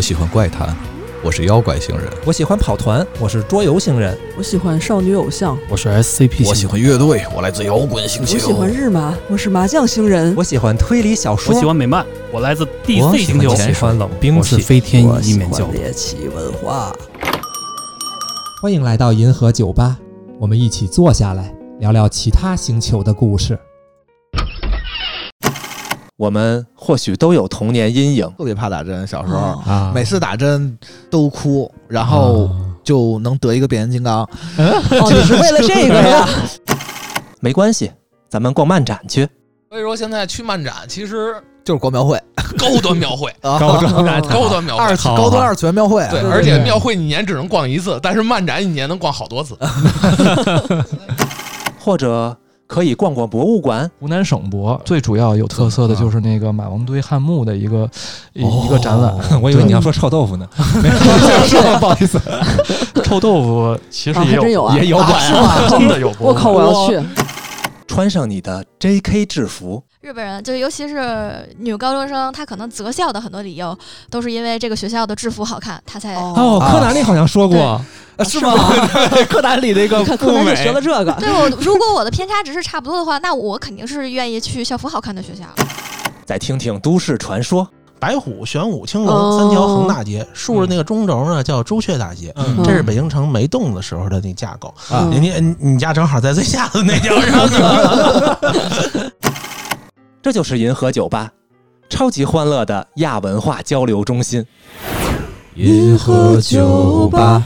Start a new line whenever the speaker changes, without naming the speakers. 喜欢怪谈，我是妖怪星人，
我喜欢跑团，我是桌游星人，
我喜欢少女偶像，
我是 SCP，
我喜欢乐队，我来自摇滚星
我
球，
喜欢日麻，我是麻将星人，
我喜欢推理小说，
我喜欢美漫，我来自
我
DC
喜
星
欢
球
我。
潜
喜欢冷兵
我是
器。
飞天
我
一
喜
面
欢
教主。
猎奇文化。
欢迎来到银河酒吧，我们一起坐下来聊聊其他星球的故事。
我们或许都有童年阴影，
特别怕打针，小时候、
哦，
啊，
每次打针都哭，然后就能得一个变形金刚。
哦你是为了这个呀？
没关系，咱们逛漫展去。
所以说现在去漫展其实
就是国庙会，
高端庙会
啊，
高中
哦
高端庙
二
会。
次高端二次元庙会啊，
对，
对
而且
对
庙会一年只能逛一次，但是漫展一年能逛好多次。
或者可以逛逛博物馆。
湖南省博最主要有特色的就是那个马王堆汉墓的一个、一
哦
一个展览。
哦 我以为你要说臭豆 腐呢，不好意思，
臭豆腐其实
啊
也
还真有啊
也有馆、
是吗
真的有博
我
物馆。
靠，我要去！
穿上你的 J.K. 制服，
日本人，就尤其是女高中生，她可能择校的很多理由都是因为这个学校的制服好看，她
哎
才。
哦，柯南里好像说过，
啊是吗？
柯南里那
你看柯南就学了这个，
对我，如果我的偏差值是差不多的话，那我肯定是愿意去校服好看的学校。
再听听都市传说。
白虎、玄武、
哦
青龙三条横大街，竖着那个中轴呢叫朱雀大街，
嗯
这是啊北京城没动的时候的那架构。
嗯
你你你家正好在最下头那 条上，
这就是银河酒吧，超级欢乐的亚文化交流中心。
银河酒吧，